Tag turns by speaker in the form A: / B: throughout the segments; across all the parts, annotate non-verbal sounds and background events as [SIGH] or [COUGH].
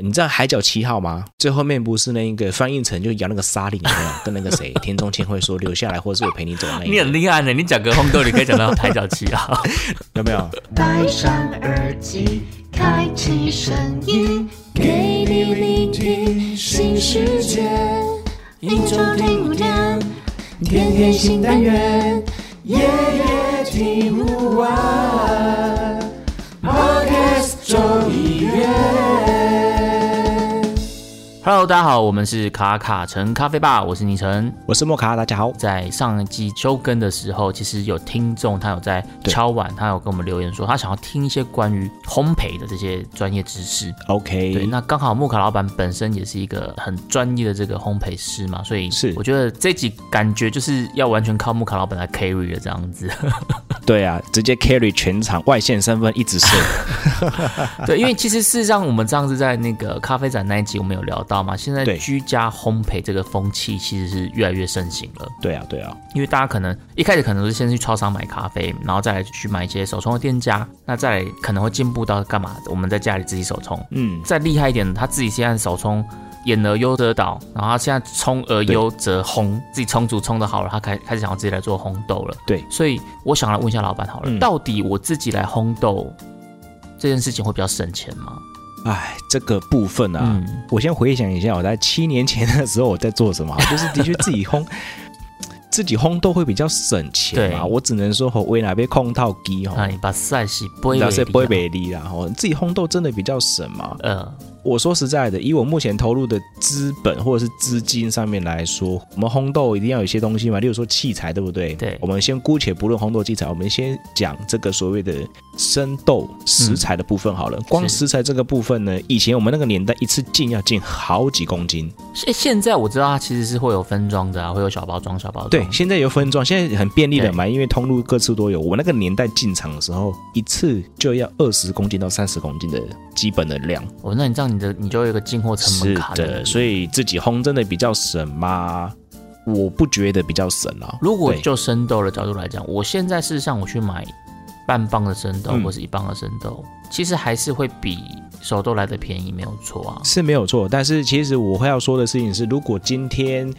A: 你知道《海角七号》吗？最后面不是那一个翻译成就摇那个沙铃，有
B: [LAUGHS]
A: 没有跟那个谁田中千惠说留下来，或是我陪你走那一
B: 你很
A: 个，
B: 厉害呢，你讲个红豆，你可以讲到抬脚七啊。
A: 有没有？
C: 戴上耳机，开启声音，给你聆听新世界。一周听五天，天天新单元，夜夜听不完。Podcast 周一月。
B: [LAUGHS] Hello，大家好，我们是卡卡城咖啡吧，我是倪晨。
A: 我是莫卡，大家好。
B: 在上一季周更的时候，其实有听众他有在
A: 对
B: 敲碗，他有跟我们留言说他想要听一些关于烘焙的这些专业知识。对，
A: OK，
B: 那刚好木卡老板本身也是一个很专业的这个烘焙师嘛，所以
A: 是
B: 我觉得这集感觉就是要完全靠木卡老板来 carry 了这样子。
A: 对啊，直接 carry 全场外线三分一
B: [LAUGHS]
A: 直射，
B: 对，因为其实事实上，我们上次在那个咖啡展那一集，我们有聊到嘛，现在
A: 对
B: 居家烘焙这个风气其实是越来越盛行了。
A: 对啊，对啊，
B: 因为大家可能一开始可能是先去超商买咖啡，然后再来去买一些手冲的店家，那再来可能会进步到干嘛？我们在家里自己手冲，
A: 嗯，
B: 再厉害一点，他自己现在手冲。演而优则导，然后他现在冲而优则烘，自己冲煮冲的好了，他开开始想要自己来做烘豆了。
A: 对
B: 所以我想来问一下老板好了，
A: 嗯
B: 到底我自己来烘豆这件事情会比较省钱吗？
A: 哎，这个部分啊，
B: 嗯，
A: 我先回想一下，我在七年前的时候我在做
B: [LAUGHS]
A: 什么，就是的确自己烘。自己烘豆会比较省钱嘛，
B: 对哎
A: 我只能说吼，为哪边控套机吼，
B: 那你把赛事播一
A: 那是不会
B: 杯，
A: 美丽啦吼，自己烘豆真的比较省嘛。
B: 呃，
A: 我说实在的，以我目前投入的资本或者是资金上面来说，我们烘豆一定要有一些东西嘛，例如说器材，对不对？
B: 对
A: 我们先姑且不论烘豆器材，我们先讲这个所谓的生豆食材的部分好了。光
B: 嗯是
A: 食材这个部分呢，以前我们那个年代一次进要进好几公斤，
B: 现现在我知道它其实是会有分装的啊，会有小包装、小包装。
A: 对，现在有分装，现在很便利了
B: 哦对
A: 嘛，因为通路各处都有。我那个年代进场的时候，一次就要二十公斤到三十公斤的基本的量。
B: 哦，那你这样你的你就有一个进货成本
A: 是
B: 卡在那
A: 的，
B: 里
A: 所以自己烘真的比较省吗？我不觉得比较省啊。
B: 如果
A: 对
B: 就生豆的角度来讲，我现在事实上我去买半磅的生豆、
A: 嗯
B: 或是一磅的生豆，其实还是会比手豆来的便宜，没有错啊。
A: 是没有错，但是其实我会要说的事情是，如果今天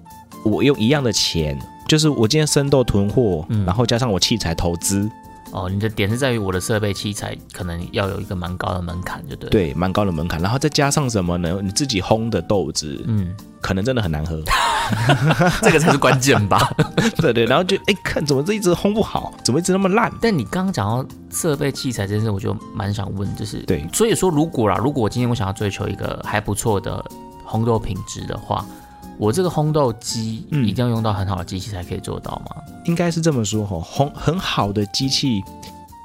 A: 我用一样的钱，就是我今天生豆囤货，
B: 嗯
A: 然后加上我器材投资，
B: 哦，你的点是在于我的设备器材可能要有一个蛮高的门槛，就对。，
A: 对，蛮高的门槛，然后再加上什么呢？你自己烘的豆子，
B: 嗯，
A: 可能真的很难喝。 [LAUGHS]
B: 这个才是关键吧。
A: 对对，然后就哎，看怎么这一直烘不好，怎么一直那么烂？
B: 但你刚刚讲到设备器材这件事，我就蛮想问，就是
A: 对
B: 所以说如果啦，如果我今天我想要追求一个还不错的烘豆品质的话，我这个烘豆机
A: 嗯
B: 一定要用到很好的机器才可以做到吗？ [LAUGHS]
A: 应该是这么说哈、烘很好的机器，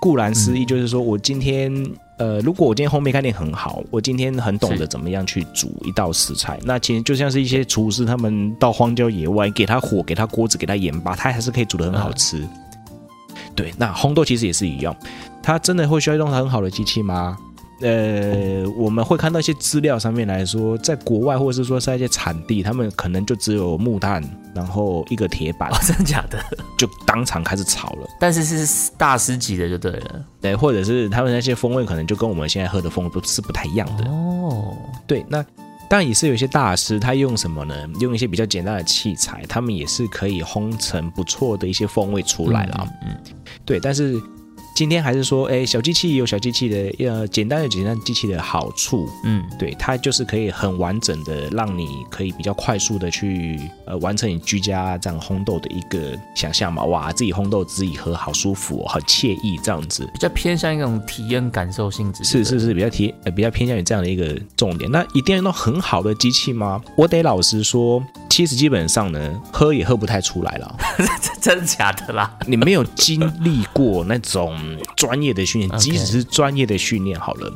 A: 固然思义就是说我今天、呃，如果我今天烘焙概念很好，我今天很懂
B: 是
A: 得怎么样去煮一道食材，那其实就像是一些厨师他们到荒郊野外，给他火，给他锅子，给他盐巴，他还是可以煮得很好吃。对，那烘豆其实也是一样，它真的会需要用到很好的机器吗？呃，我们会看到一些资料上面来说，在国外或者是说在一些产地，他们可能就只有木炭，然后一个铁板
B: 哦，，真的假的？
A: 就当场开始炒了，
B: 但是是大师级的就对了。
A: 对，或者是他们那些风味可能就跟我们现在喝的风味不是不太一样的，
B: 哦，
A: 对，那当然也是有一些大师，他用什么呢？用一些比较简单的器材，他们也是可以烘成不错的一些风味出来啦。
B: 嗯，
A: 对，但是今天还是说，哎，小机器有小机器的，呃，简单有简单机器的好处，
B: 嗯，
A: 对，它就是可以很完整的让你可以比较快速的去呃完成你居家这样烘豆的一个想象嘛，哇，自己烘豆自己喝，好舒服、哦，好惬意这样子。
B: 比较偏向一种体验感受性质。
A: 是
B: 对
A: 是
B: 不对，
A: 是，比较提呃比较偏向于这样的一个重点。那一定要用到很好的机器吗？我得老实说，其实基本上呢，喝也喝不太出来了。
B: [LAUGHS] 真的假的啦？
A: 你没有经历过那种专业的训练，
B: OK
A: 即使是专业的训练好了，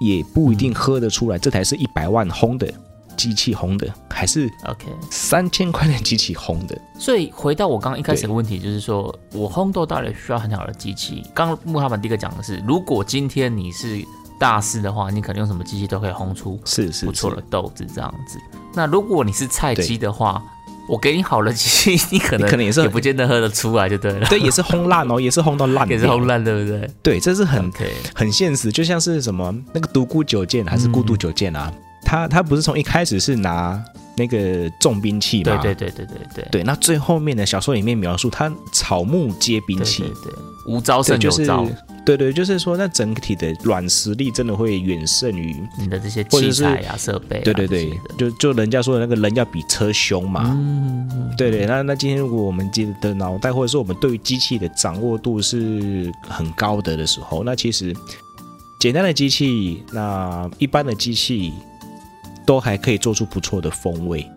A: 也不一定喝得出来。这台是一百万烘的机器烘的，还是
B: OK，
A: 三千块的机器烘的？
B: 所以回到我刚刚一开始的问题，就是说我烘豆到底需要很好的机器？刚刚木老板第一个讲的是，如果今天你是大师的话，你可能用什么机器都可以烘出
A: 是是
B: 不错的豆子这样子。那如果你是菜鸡的话，我给你好了鸡，你可能
A: 你可能也是
B: 也不见得喝得出来就对了，
A: 对，也是烘烂
B: [LAUGHS]
A: 哦，也是烘到烂掉，
B: 也是红烂对不对
A: 对，这是很
B: ？OK，
A: 很现实，就像是什么那个独孤九剑还是孤独九剑
B: 嗯
A: 啊，他他不是从一开始是拿那个重兵器
B: 对
A: 嘛？
B: 对对对对对
A: 对那最后面的小说里面描述他草木皆兵
B: 对
A: 器，
B: 对对，无招
A: 对，
B: 胜
A: 就
B: 有
A: 是
B: 招，
A: 对对，就是说那整体的软实力真的会远胜于。
B: 你的这些
A: 或者
B: 器
A: 是
B: 材啊、设备啊，
A: 对对对
B: 这些的，
A: 就就人家说的那个人要比车凶嘛，
B: 嗯，嗯
A: 对对，那那今天如果我们记得脑袋或者说我们对于机器的掌握度是很高的的时候，那其实简单的机器，那一般的机器都还可以做出不错的风味。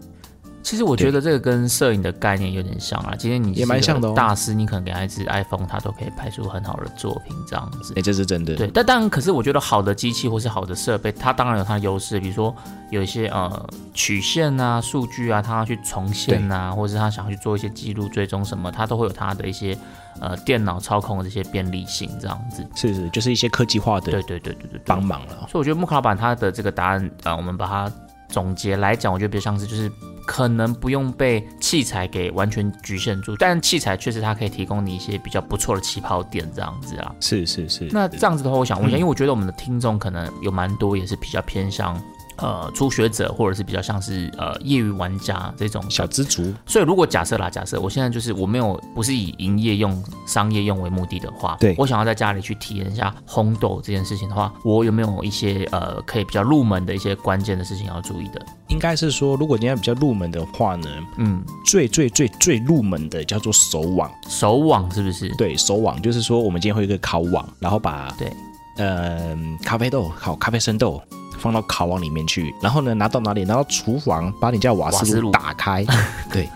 B: 其实我觉得这个跟摄影的概念有点像啊。今天你
A: 也蛮
B: 是个
A: 像的哦
B: 大师，你可能给他一支 iPhone，他都可以拍出很好的作品这样子
A: 哎，。这是真的。
B: 对，但当然，可是我觉得好的机器或是好的设备，它当然有它的优势，比如说有一些呃曲线啊、数据啊，它要去重现啊，或者是它想要去做一些记录、追踪什么，它都会有它的一些呃电脑操控的这些便利性这样子。
A: 是是，就是一些科技化
B: 对
A: 的
B: 对对对对对。
A: 帮忙了。
B: 所以我觉得木卡板它的这个答案啊、呃我们把它总结来讲，我觉得比较像是就是可能不用被器材给完全局限住，但器材确实它可以提供你一些比较不错的起跑点这样子啦。
A: 是是是，
B: 那这样子的话，我想问一下，因为我觉得我们的听众可能有蛮多也是比较偏向。呃，初学者或者是比较像是呃业余玩家这种
A: 小知足
B: 所以如果假设啦，假设我现在就是我没有不是以营业用、商业用为目的的话，
A: 对
B: 我想要在家里去体验一下烘豆这件事情的话，我有没有一些呃可以比较入门的一些关键的事情要注意的？
A: 应该是说，如果今天比较入门的话呢，
B: 嗯，
A: 最最最最入门的叫做手网。
B: 手网是不是？
A: 对手网就是说，我们今天会有一个烤网，然后把
B: 对，
A: 呃，咖啡豆烤咖啡生豆放到烤网里面去，然后呢拿到哪里？拿到厨房，把你家瓦
B: 瓦
A: 斯
B: 斯
A: 炉
B: 炉
A: 打
B: [LAUGHS]
A: 开，对，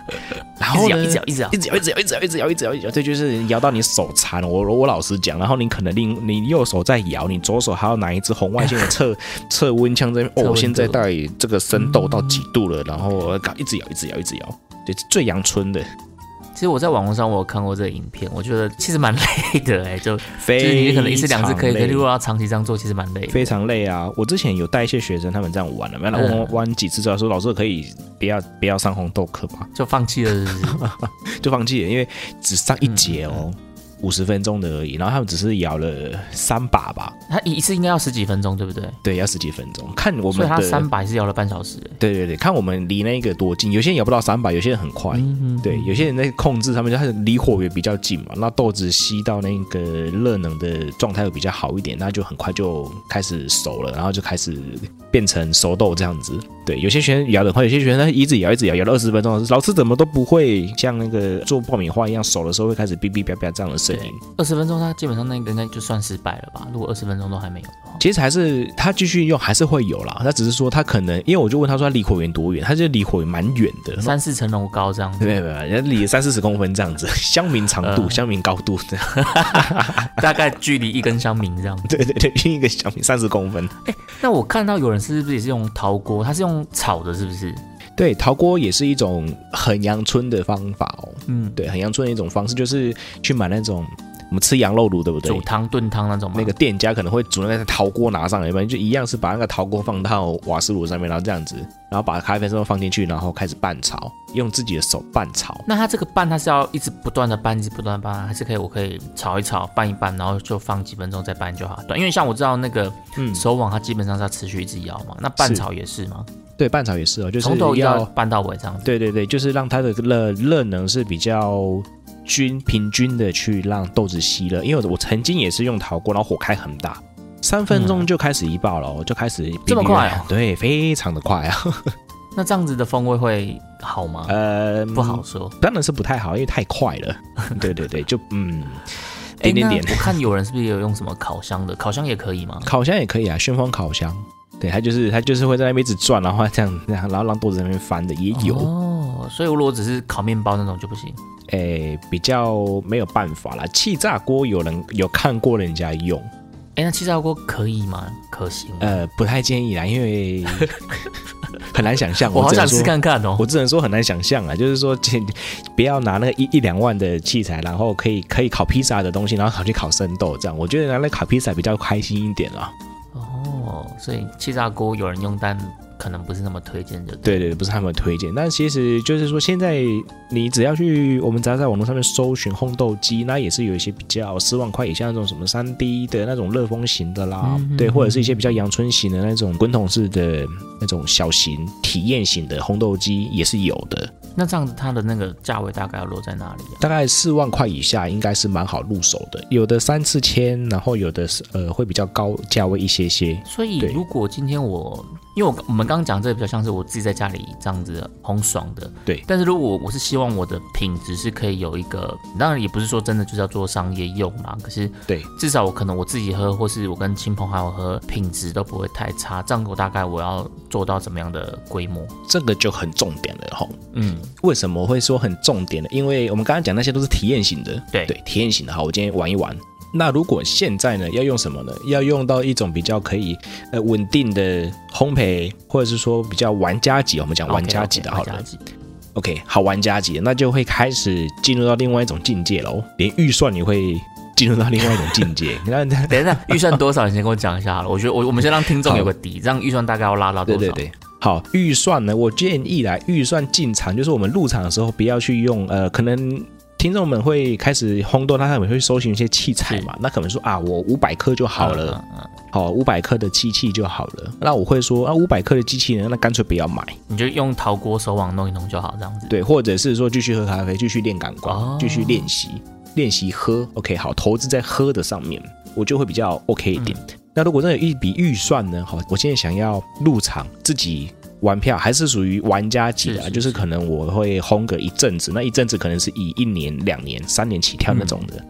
A: 然
B: 一
A: 后
B: 直摇，
A: 呢
B: 一直摇，一直摇
A: 一。直摇，一直摇，一直摇，一直摇，一直摇，一直摇，对，就是摇到你手残。我我老实讲，然后你可能另你右手在摇，你左手还要拿一支红外线的
B: [LAUGHS]
A: 测测温枪在那边
B: 测
A: 哦，
B: 温
A: 现在
B: 度嗯
A: 到底这个生豆到几度了？然后搞一直摇，一直摇，一直摇，对，最阳春的，
B: 其实我在网络上我有看过这个影片，我觉得其实蛮累的
A: [LAUGHS]
B: 哎、就
A: 非
B: 就是你可能一次两次可
A: 常
B: 以，可
A: 累
B: 是如果要长期这样做，其实蛮累的。
A: 非常累啊！我之前有带一些学生，他们这样玩了，啊然后
B: 嗯
A: 玩玩几次之后说，老师可以不要不要上红豆课嘛，
B: 就放弃了，是不是？
A: [LAUGHS] 就放弃了，因为只上一节
B: 嗯
A: 哦，五十分钟的而已，然后他们只是摇了三把吧，
B: 他一一次应该要十几分钟，对不对？
A: 对，要十几分钟，看我
B: 所
A: 们
B: 以他三
A: 的，
B: 百是要了半小时、哎
A: 对对对，看我们离那个多近，有些人摇不到三把，有些人很快。
B: 嗯哼
A: 对，有些人在控制，他们就是离火源比较近嘛，那豆子吸到那个热能的状态会比较好一点，那就很快就开始熟了，然后就开始变成熟豆这样子。对，有些学生摇的快，有些学生他一直摇一直摇，摇了二十分钟，老师怎么都不会像那个做爆米花一样，熟的时候会开始哔哔叭叭这样的声音
B: 对。，二十分钟，他基本上那个应该就算失败了吧？如果二十分钟都还没有的话，
A: 其实还是他继续用还是会有啦，他只是说他可能，因为我就问他说他离火源多远，他就离火源蛮远的，
B: 三四层楼高这样子，
A: [LAUGHS] 没有没有，人家离三四十公分这
B: [LAUGHS]
A: 样子，乡民长度、
B: 呃
A: 乡民高度 [LAUGHS] 这样。
B: 大概距离一根香茗这样子。
A: 对对对，另一个小米三十公分。
B: 那我看到有人是不是也是用陶锅？它是用炒的，是不是？
A: 对，陶锅也是一种很阳春的方法哦。
B: 嗯，
A: 对，很阳春的一种方式就是去买那种我们吃羊肉炉，对不对
B: 煮？汤、炖汤那种吗？
A: 那个店家可能会煮那个陶锅拿上来，一般就一样是把那个陶锅放到瓦斯炉上面，然后这样子，然后把咖啡豆放进去，然后开始拌炒，用自己的手拌炒。
B: 那它这个拌，它是要一直不断的拌，一直不断的拌，还是可以我可以炒一炒，拌一拌，然后就放几分钟再拌就好。对，因为像我知道那个
A: 嗯
B: 手网，它基本上是要持续一直摇嘛，那拌
A: 是
B: 炒也是吗？
A: 对，拌炒也是哦，就是
B: 从头
A: 要
B: 要拌到尾这样子。
A: 对对对，就是让它的热热能是比较均平均的去让豆子吸热。因为我曾经也是用陶锅，然后火开很大，三分钟就开始一爆了哦，就开始哔哔
B: 嗯这么快哦
A: 对，非常的快
B: [LAUGHS]
A: 啊。
B: 那这样子的风味会好吗？
A: 呃，
B: 不好，说。
A: 当然是不太好，因为太快
B: [LAUGHS]
A: 了。对对对，就嗯，
B: 哎
A: 点点点
B: 那我看有人是不是也有用什么烤箱的？烤箱也可以吗？
A: 烤箱也可以啊，旋风烤箱。对，它就是它就是会在那边一直转，然后这样这样，然后让豆子在那边翻的也 [LAUGHS] 有。
B: 哦，所以如果只是烤面包那种就不行。
A: 诶，哎比较没有办法啦。气炸锅有人有看过人家用，
B: 哎，那气炸锅可以吗？可行吗？
A: 呃，不太建议啦，因
B: [LAUGHS]
A: 为很难想象。
B: 我好
A: 呃只能
B: 想试
A: 说，
B: 看看哦
A: 我。只能说很难想象啊，就是说，切不要拿那个一一两万的器材，然后可以可以烤披萨的东西，然后跑去烤生豆这样，我觉得拿来烤披萨比较开心一点啦。啊
B: 哦，哦，所以气炸锅有人用，但可能不是那么推荐的。
A: 对对对，不是他们推荐。但其实就是说，现在你只要去我们只要在网络上面搜寻烘豆机，那也是有一些比较十万块以下那种什么三 D 的那种热风型的啦，对，或者是一些比较阳春型的那种滚筒式的那种小型体验型的烘豆机也是有的。
B: 那这样子它的那个价位大概要落在哪里啊？
A: 大概四万块以下应该是蛮好入手的，有的三四千，然后有的是呃会比较高价位一些些。
B: 所以
A: 对
B: 如果今天我，因为我我们刚刚讲这个比较像是我自己在家里这样子很爽的，
A: 对
B: 但是如果我是希望我的品质是可以有一个，当然也不是说真的就是要做商业用啦，可是
A: 对，
B: 至少我可能我自己喝，或是我跟亲朋好友喝，品质都不会太差。这样我大概我要做到怎么样的规模？
A: 这个就很重点了吼。
B: 嗯，
A: 为什么会说很重点呢？因为我们刚刚讲那些都是体验型的，
B: 对
A: 对，体验型的。好，我今天玩一玩。那如果现在呢，要用什么呢？要用到一种比较可以呃稳定的烘焙，或者是说比较玩家级，我们讲玩家级的好
B: OK，OK，
A: 了。
B: 玩家级
A: OK，好玩家级，那就会开始进入到另外一种境界喽。连预算你会进入到另外一种境界，那那
B: 等一下，预算多少？你先跟我讲一下好了。我觉得我我们先让听众
A: 好
B: 有个底，这样预算大概要拉到多
A: 对
B: 少？
A: 对对。好，预算呢？我建议来预算进场，就是我们入场的时候不要去用，呃，可能听众们会开始轰动，他们会搜寻一些器材嘛，那可能说啊，我五百克就好了，
B: 嗯，嗯
A: 好，五百克的机器就好了。那我会说啊，五百克的机器呢，那干脆不要买，
B: 你就用陶锅手网弄一弄就好，这样子。
A: 对，或者是说继续喝咖啡，继续练感
B: 哦
A: 官，继续练习练习喝。OK，好，投资在喝的上面，我就会比较 OK 一点。
B: 嗯
A: 那如果真的有一笔预算呢？好，我现在想要入场自己。玩票还是属于玩家级的啊、
B: 是是
A: 就是可能我会轰个一阵子，那一阵子可能是以一年、两年、三年起跳那种的，
B: 嗯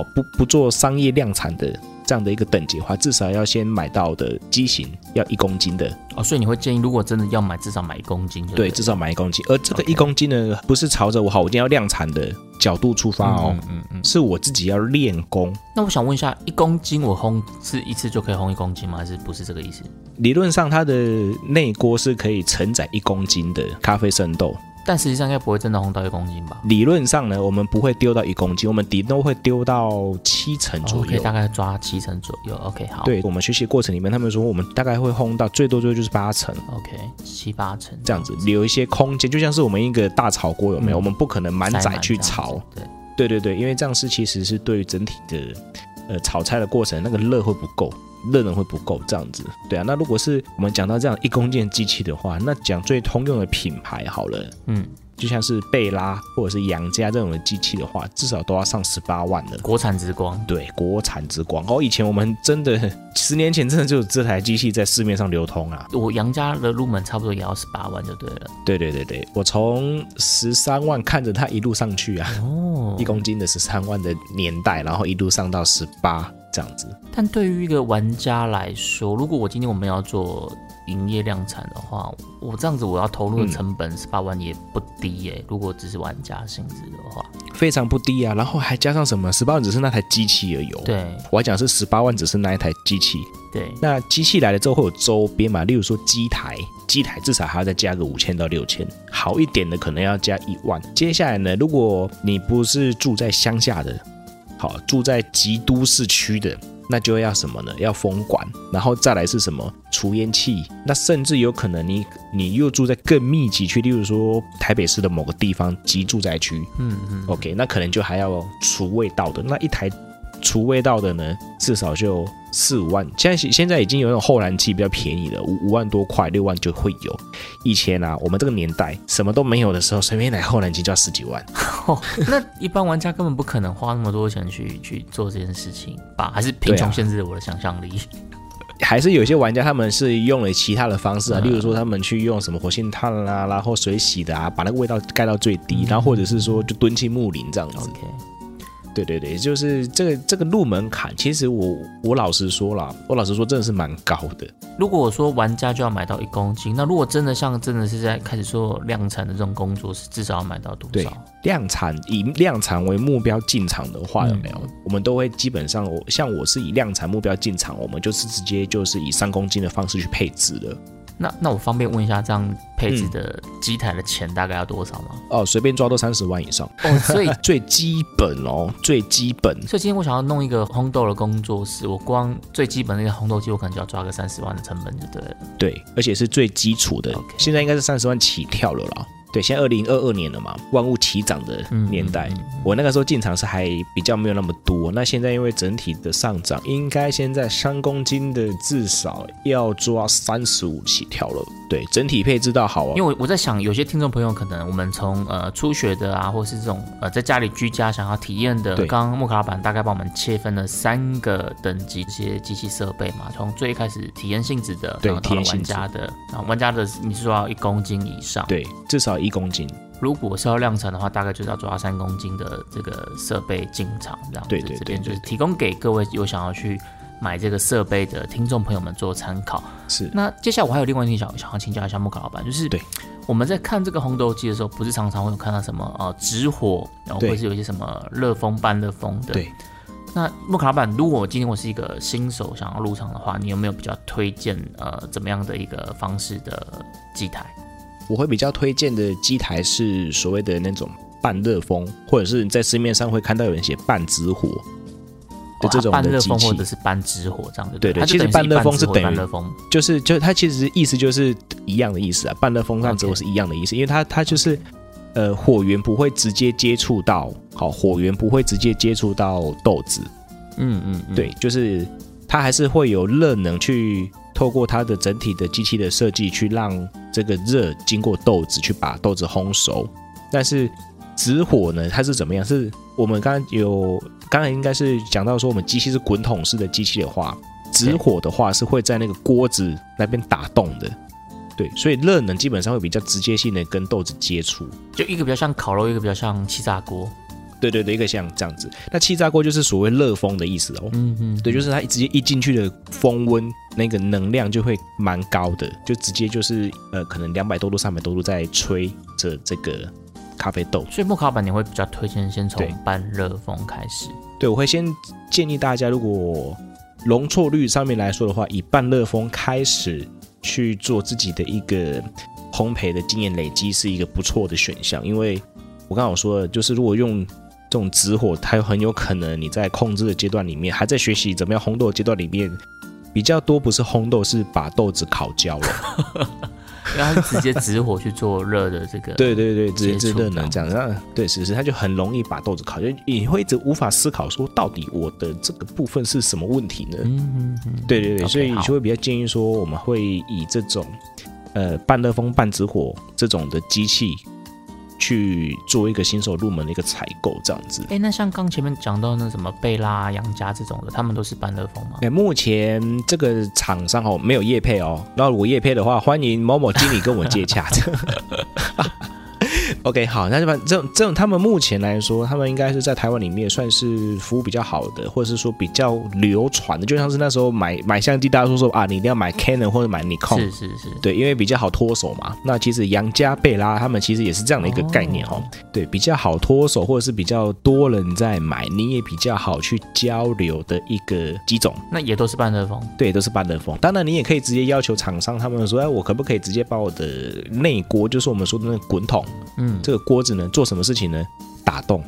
A: 哦，不不做商业量产的这样的一个等级的话，至少要先买到的机型要一公斤的，
B: 哦，所以你会建议，如果真的要买，至少买一公斤就
A: 对，
B: 了
A: 至少买一公斤。而这个
B: OK
A: 一公斤呢，不是朝着我好，我今天要量产的角度出发哦，
B: 嗯嗯嗯。
A: 是我自己要练功。
B: 那我想问一下，一公斤我烘是一次就可以烘一公斤吗？还是不是这个意思？
A: 理论上，它的内锅是可以承载一公斤的咖啡生豆。
B: 但实际上应该不会真的烘到一公斤吧？
A: 理论上呢，我们不会丢到一公斤，我们顶多会丢到七成嗯左
B: 哦可以
A: 右。
B: 大概抓七成左右。OK，好。
A: 对我们学习过程里面，他们说我们大概会烘到最多最多就是八成。
B: ，OK，七八成
A: 这样子留一些空间，就像是我们一个大炒锅有没有？
B: 嗯
A: 我们不可能满载去
B: 这样子
A: 炒，对
B: 对，
A: 对对，因为这样是其实是对于整体的呃炒菜的过程，那个热会不够，热能会不够这样子。对啊，那如果是我们讲到这样一公斤的机器的话，那讲最通用的品牌好了，
B: 嗯，
A: 就像是贝拉或者是杨家这种的机器的话，至少都要上十八万了。
B: 国产之光。
A: 对，国产之光哦，以前我们真的十年前真的就有这台机器在市面上流通啊。
B: 我杨家的入门差不多也要十八万就对了。
A: 对对对对，我从十三万看着它一路上去啊，
B: 哦
A: 一，公斤的十三万的年代，然后一路上到十八这样子。
B: 但对于一个玩家来说，如果我今天我们要做营业量产的话，我这样子我要投
A: 嗯
B: 入的成本十八万也不低耶、如果只是玩家性质的话，
A: 非常不低啊。然后还加上什么？十八万只是那台机器而已、哦。，
B: 对
A: 我还讲是十八万只是那一台机器。 [LAUGHS]
B: 对，
A: 那机器来了之后会有周边嘛？例如说机台，机台至少还要再加个五千到六千，好一点的可能要加一万。接下来呢，如果你不是住在乡下的，好住在极都市区的。那就要什么呢？要封管，然后再来是什么除烟器？那甚至有可能你你又住在更密集区，例如说台北市的某个地方集住宅区，
B: 嗯嗯，
A: OK，那可能就还要除味道的那一台除味道的呢，至少就四五万。现在现在已经有那种后燃机比较便宜了，五五万多块，六万就会有。以前啊，我们这个年代什么都没有的时候，随便一台后燃机就要十几万。
B: 那一般玩家根本不可能花那么多钱去去做这件事情吧？还是贫
A: 对啊
B: 穷限制了我的想象力？
A: 还是有些玩家他们是用了其他的方式啊，
B: 嗯
A: 例如说他们去用什么活性炭啦、然后水洗的啊，把那个味道盖到最低，然后或者是说就蹲进木林这样子。
B: OK，
A: 对对对，就是这个这个入门槛，其实我我老实说啦，我老实说真的是蛮高的。
B: 如果我说玩家就要买到一公斤，那如果真的像真的是在开始做量产的这种工作，是至少要买到多
A: 对
B: 少？
A: 量产以量产为目标进场的话，
B: 嗯
A: 有没有？我们都会基本上，我像我是以量产目标进场，我们就是直接就是以三公斤的方式去配置的。
B: 那那我方便问一下，这样配置的机台的钱大概要多少吗？
A: 哦，随便抓都三十万以上，
B: [LAUGHS] 哦，所以
A: 最基本哦，最基本。
B: 所以今天我想要弄一个烘豆的工作室，我光最基本的那个烘豆机，我可能就要抓个三十万的成本就对了。
A: 对，而且是最基础的
B: OK
A: 现在应该是三十万起跳了啦。对，现在二零二二年了嘛，万物齐涨的年代，
B: 嗯
A: 我那个时候进场是还比较没有那么多。那现在因为整体的上涨，应该现在三公斤的至少要抓三十五起跳了。对，整体配置到好啊
B: 因为。我我在想，有些听众朋友可能我们从呃初学的啊，或是这种呃在家里居家想要体验的，
A: 对
B: 刚刚莫卡老板大概帮我们切分了三个等级这些机器设备嘛，从最一开始体验性质的，
A: 对
B: 然后
A: 体
B: 到了
A: 验
B: 玩
A: 性质
B: 家的，然后玩家的你是说要一公斤以上，，
A: 对，至少一公斤。
B: 如果是要量产的话，大概就是要抓三公斤的这个设备进场这样子，
A: 对对对
B: 这边
A: 对
B: 就是提供给各位有想要去。买这个设备的听众朋友们做参考。
A: 是
B: 那接下来我还有另外一题想想要请教一下木卡老板，就是
A: 对
B: 我们在看这个红豆机的时候，不是常常会有看到什么呃直火，然后
A: 对
B: 或是有一些什么热风、半热风的。
A: 对。
B: 那木卡老板，如果我今天我是一个新手想要入场的话，你有没有比较推荐呃怎么样的一个方式的机台？
A: 我会比较推荐的机台是所谓的那种半热风，或者是你在市面上会看到有人写半直火的
B: 哦
A: 这种
B: 它半
A: 的
B: 热
A: 机
B: 风或
A: 器
B: 者。是半直火这样的。
A: 对对
B: 它就
A: 其实
B: 等
A: 半
B: 于
A: 热风
B: 是
A: 是
B: 一半
A: 等
B: 直火
A: 于
B: 半热风。
A: 就是就它其实意思就是一样的意思啊，半热风扇
B: OK
A: 只有是一样的意思，因为它它就是呃火源不会直接接触到，好火源不会直接接触到豆子，
B: 嗯嗯嗯，
A: 对，就是它还是会有热能去透过它的整体的机器的设计去让这个热经过豆子去把豆子烘熟，但是直火呢它是怎么样？是我们刚刚有刚才应该是讲到说我们机器是滚筒式的机器的话，直火的话是会在那个锅子那边打洞的。对，所以热能基本上会比较直接性的跟豆子接触。
B: 就一个比较像烤肉，一个比较像气炸锅。
A: 对对对，一个像这样子。那气炸锅就是所谓热风的意思哦。
B: 嗯嗯，
A: 对，就是它直接一进去的风温，那个能量就会蛮高的，就直接就是呃，可能两百多度、三百多度在吹着这个咖啡豆。
B: 所以木卡老板你会比较推荐先从
A: 对
B: 半热风开始。
A: 对我会先建议大家，如果容错率上面来说的话，以半热风开始去做自己的一个烘焙的经验累积，是一个不错的选项。因为我刚刚有说了，就是如果用这种直火，它很有可能你在控制的阶段里面，还在学习怎么样烘豆的阶段里面，比较多不是烘豆，是把豆子烤焦了。。
B: [LAUGHS] 然后直接直火去做热的这个
A: 对对对，直接
B: 接
A: 是
B: 触
A: 热
B: 到
A: 能这样，那对，是是，他就很容易把豆子烤焦，就你会一直无法思考说到底我的这个部分是什么问题呢？
B: 嗯，嗯嗯
A: 对对对
B: OK，
A: 所以
B: 好
A: 就会比较建议说，我们会以这种呃半热风、半直火这种的机器去做一个新手入门的一个采购，这样子。
B: 哎，那像刚前面讲到那什么贝拉、杨家这种的，他们都是半热风吗？
A: 哎，目前这个厂商哦没有业配哦，那如果业配的话，欢迎某某经理跟我接 [LAUGHS] 洽。OK，好，那就把这种这种他们目前来说，他们应该是在台湾里面算是服务比较好的，或者是说比较流传的，就像是那时候买买相机，大家都说啊，你一定要买 Canon 或者买 Nikon，
B: 是是是，
A: 对，因为比较好脱手嘛。那其实杨家贝拉他们其实也是这样的一个概念哦，
B: 哦
A: 对，比较好脱手，或者是比较多人在买，你也比较好去交流的一个机种。
B: 那也都是半热风。
A: 对，都是半热风。当然，你也可以直接要求厂商他们说，哎，我可不可以直接把我的内锅，就是我们说的那个滚筒，
B: 嗯，
A: 这个锅子呢，做什么事情呢？打洞，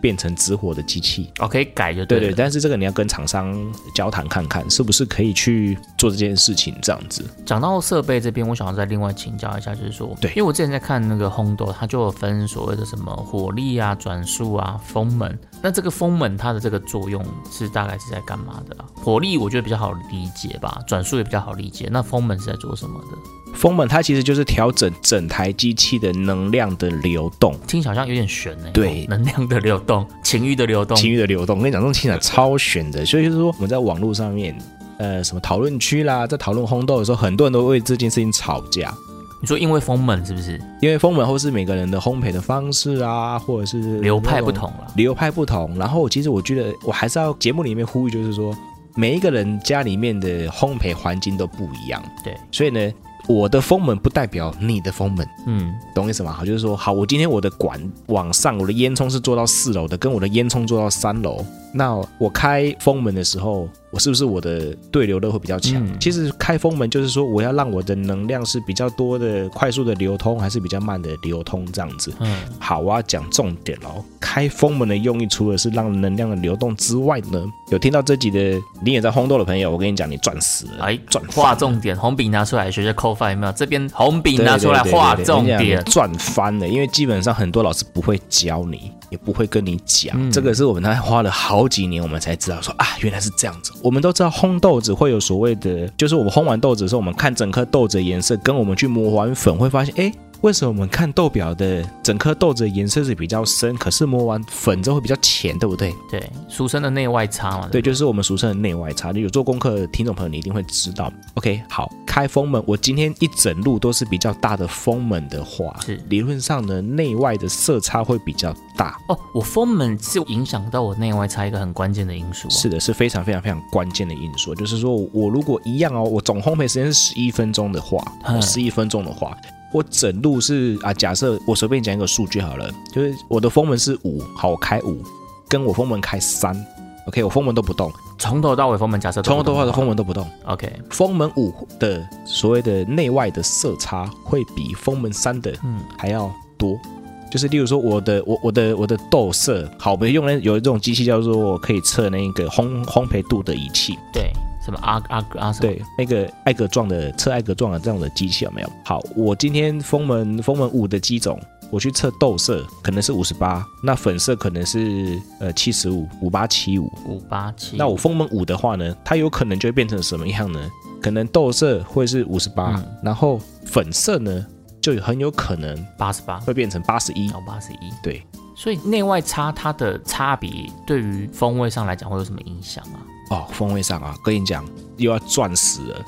A: 变成直火的机器。
B: 哦，可以改就
A: 对
B: 了
A: 对，但是这个你要跟厂商交谈看看，是不是可以去做这件事情，这样子。
B: 讲到设备这边，我想要再另外请教一下，就是说，
A: 对
B: 因为我之前在看那个烘豆，它就有分所谓的什么火力啊、转速啊、风门。那这个风门它的这个作用是大概是在干嘛的、啊？火力我觉得比较好理解吧，转速也比较好理解。那风门是在做什么的？
A: 风门它其实就是调整整台机器的能量的流动，
B: 听起来好像有点悬呢、
A: 对
B: 能量的流动、情欲的流动，
A: 情欲的流动。我跟你讲，这种情感超悬的，所以就是说我们在网络上面，呃，什么讨论区啦，在讨论烘豆的时候，很多人都为这件事情吵架。
B: 你说因为风门是不是
A: 因为风门后是每个人的烘焙的方式啊，或者是
B: 流派不
A: 那种，
B: 同了？
A: 流派不同。然后其实我觉得我还是要节目里面呼吁，就是说每一个人家里面的烘焙环境都不一样，
B: 对，
A: 所以呢，我的风门不代表你的风门，
B: 嗯，
A: 懂我意思吗？好，就是说，好，我今天我的管往上，我的烟囱是做到四楼的，跟我的烟囱做到三楼，那我开风门的时候，我是不是我的对流热会比较强？
B: 嗯
A: 其实开风门就是说，我要让我的能量是比较多的、快速的流通，还是比较慢的流通这样子。
B: 嗯
A: 好，我要讲重点喽。开风门的用意，除了是让能量的流动之外呢，有听到这集的你也在轰动的朋友，我跟你讲，你赚死了，
B: 哎，
A: 赚翻
B: 划重点，红笔拿出来，学学扣饭有没有？这边红笔
A: 对
B: 拿
A: 对
B: 出来
A: 对
B: 划
A: 对对
B: 重
A: 我跟你讲
B: 点
A: 你，赚翻了，因为基本上很多老师不会教你，也不会跟你讲，
B: 嗯
A: 这个是我们他花了好几年，我们才知道说啊，原来是这样子。我们都知道烘豆子会有所谓的，就是我们烘完豆子的时候，我们看整颗豆子的颜色，跟我们去磨完粉会发现，哎。为什么我们看豆表的整颗豆子的颜色是比较深，可是磨完粉之后会比较浅，对不对？
B: 对，俗称的内外差嘛，
A: 对，
B: 不，
A: 就是我们俗称的内外差。就有做功课的听众朋友，你一定会知道。OK，好，开封门，我今天一整路都是比较大的封门的话
B: 是，
A: 理论上呢，内外的色差会比较大。
B: 哦，我风门是影响到我内外差一个很关键的因素、哦，
A: 是的，是非常非常非常关键的因素。就是说我如果一样哦，我总烘焙时间是十一分钟的话
B: 嗯，
A: 十一分钟的话，我整路是啊，假设我随便讲一个数据好了，就是我的封门是五，好，我开五，跟我封门开三，OK，我封门都不动，
B: 从头到尾风门假设
A: 从头
B: 不
A: 到尾
B: 同
A: 的封门都不动。
B: ，OK，
A: 封门五的所谓的内外的色差会比封门三的
B: 嗯
A: 还要多。就是例如说我的我我的我的豆色，好，比如用那有一种机器叫做可以测那个烘烘焙度的仪器，
B: 对，什么阿阿阿什么，
A: 对，那个艾格状的测艾格状的这样的机器有没有？好，我今天封门封门五的机种，我去测豆色可能是五十八，那粉色可能是呃七十五五八七五，
B: 五八七，
A: 那我封门五的话呢，它有可能就会变成什么样呢？可能豆色会是五十八
B: 嗯，
A: 然后粉色呢就很有可能
B: 八十八，
A: 会变成八十一
B: 然。后八十一，
A: 对，
B: 所以内外差它的差别对于风味上来讲会有什么影响啊？
A: 哦，风味上啊，跟你讲又要赚死了。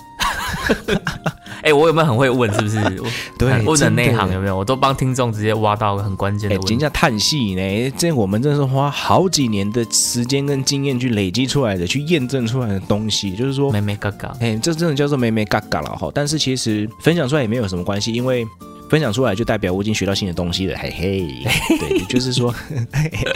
B: 哎、我有没有很会问？是
A: [LAUGHS]
B: 不是？我
A: 对
B: 很问的
A: 真的
B: 内行有没有？我都帮听众直接挖到很关键
A: 哎
B: 的，问
A: 人
B: 题。
A: 家叹息呢，这我们真是花好几年的时间跟经验去累积出来的，去验证出来的东西，就是说。
B: 妹妹嘎嘎，
A: 哎、这真的叫做没没嘎嘎了哈。但是其实分享出来也没有什么关系，因为分享出来就代表我已经学到新的东西了，嘿嘿。对，就是说， [LAUGHS]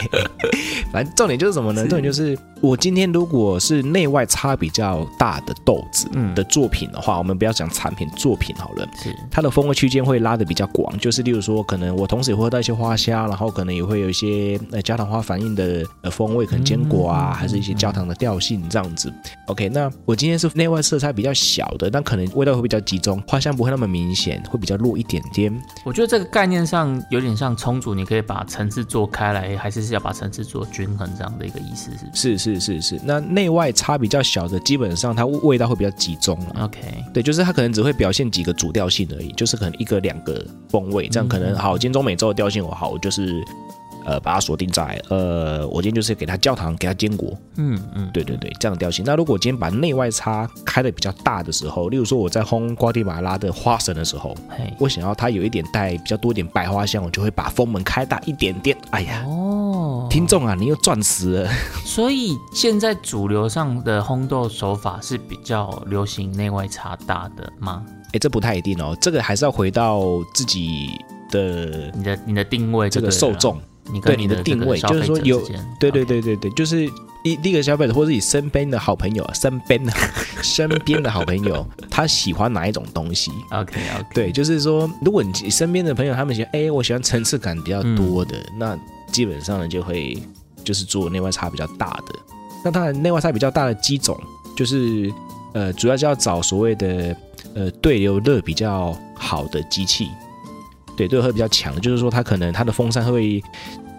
A: 反正重点就是什么呢？重点就是我今天如果是内外差比较大的豆子
B: 嗯
A: 的作品的话，我们不要讲产品，作品好了。
B: 是
A: 它的风味区间会拉的比较广，就是例如说，可能我同时也会喝到一些花香，然后可能也会有一些呃焦糖花反应的呃风味，可能坚果啊，还是一些焦糖的调性这样子。OK，那我今天是内外色差比较小的，但可能味道会比较集中，花香不会那么明显，会比较弱一点点。
B: 我觉得这个概念上有点像冲煮，你可以把层次做开来，还是是要把层次做均衡这样的一个意思，是不是
A: 是是是是，那内外差比较小的，基本上它味道会比较集中啊啦
B: ？OK，
A: 对，就是它可能只会表现几个主调性而已，就是可能一个两个风味，这样可能、好。今天中美洲的调性我好，我就是呃把它锁定在呃，我今天就是给它焦糖，给它坚果，
B: 嗯嗯，
A: 对对对，这样的调性。那如果今天把内外差开的比较大的时候，例如说我在烘瓜地马拉的花神的时候，
B: 嘿，
A: 我想要它有一点带比较多一点白花香，我就会把风门开大一点点。哎呀，
B: 哦，
A: 听众啊，你又赚死了。 [LAUGHS]
B: 所以现在主流上的烘豆手法是比较流行内外差大的吗？
A: 哎，这不太一定哦，这个还是要回到自己的
B: 你的你的定位
A: 这
B: 就
A: 个
B: 对
A: 受
B: 了，
A: 众。
B: 你跟
A: 对
B: 你
A: 你的
B: 这
A: 定
B: 个
A: 位，
B: 消
A: 就是
B: 费
A: 说
B: 者
A: 有
B: 之间，
A: 对对
B: OK
A: 对对对，就是一第一个消费者或是你身边的好朋友，啊身边的 [LAUGHS] 身边的好朋友，他喜欢哪一种东西？
B: OK OK，
A: 对，就是说，如果你身边的朋友他们喜欢，哎，我喜欢层次感比
B: 嗯
A: 较多的，那基本上呢就会就是做内外差比较大的。那当然，内外差比较大的机种，就是呃，主要就要找所谓的呃对流热比较好的机器，对对流热比较强的，就是说它可能它的风扇会，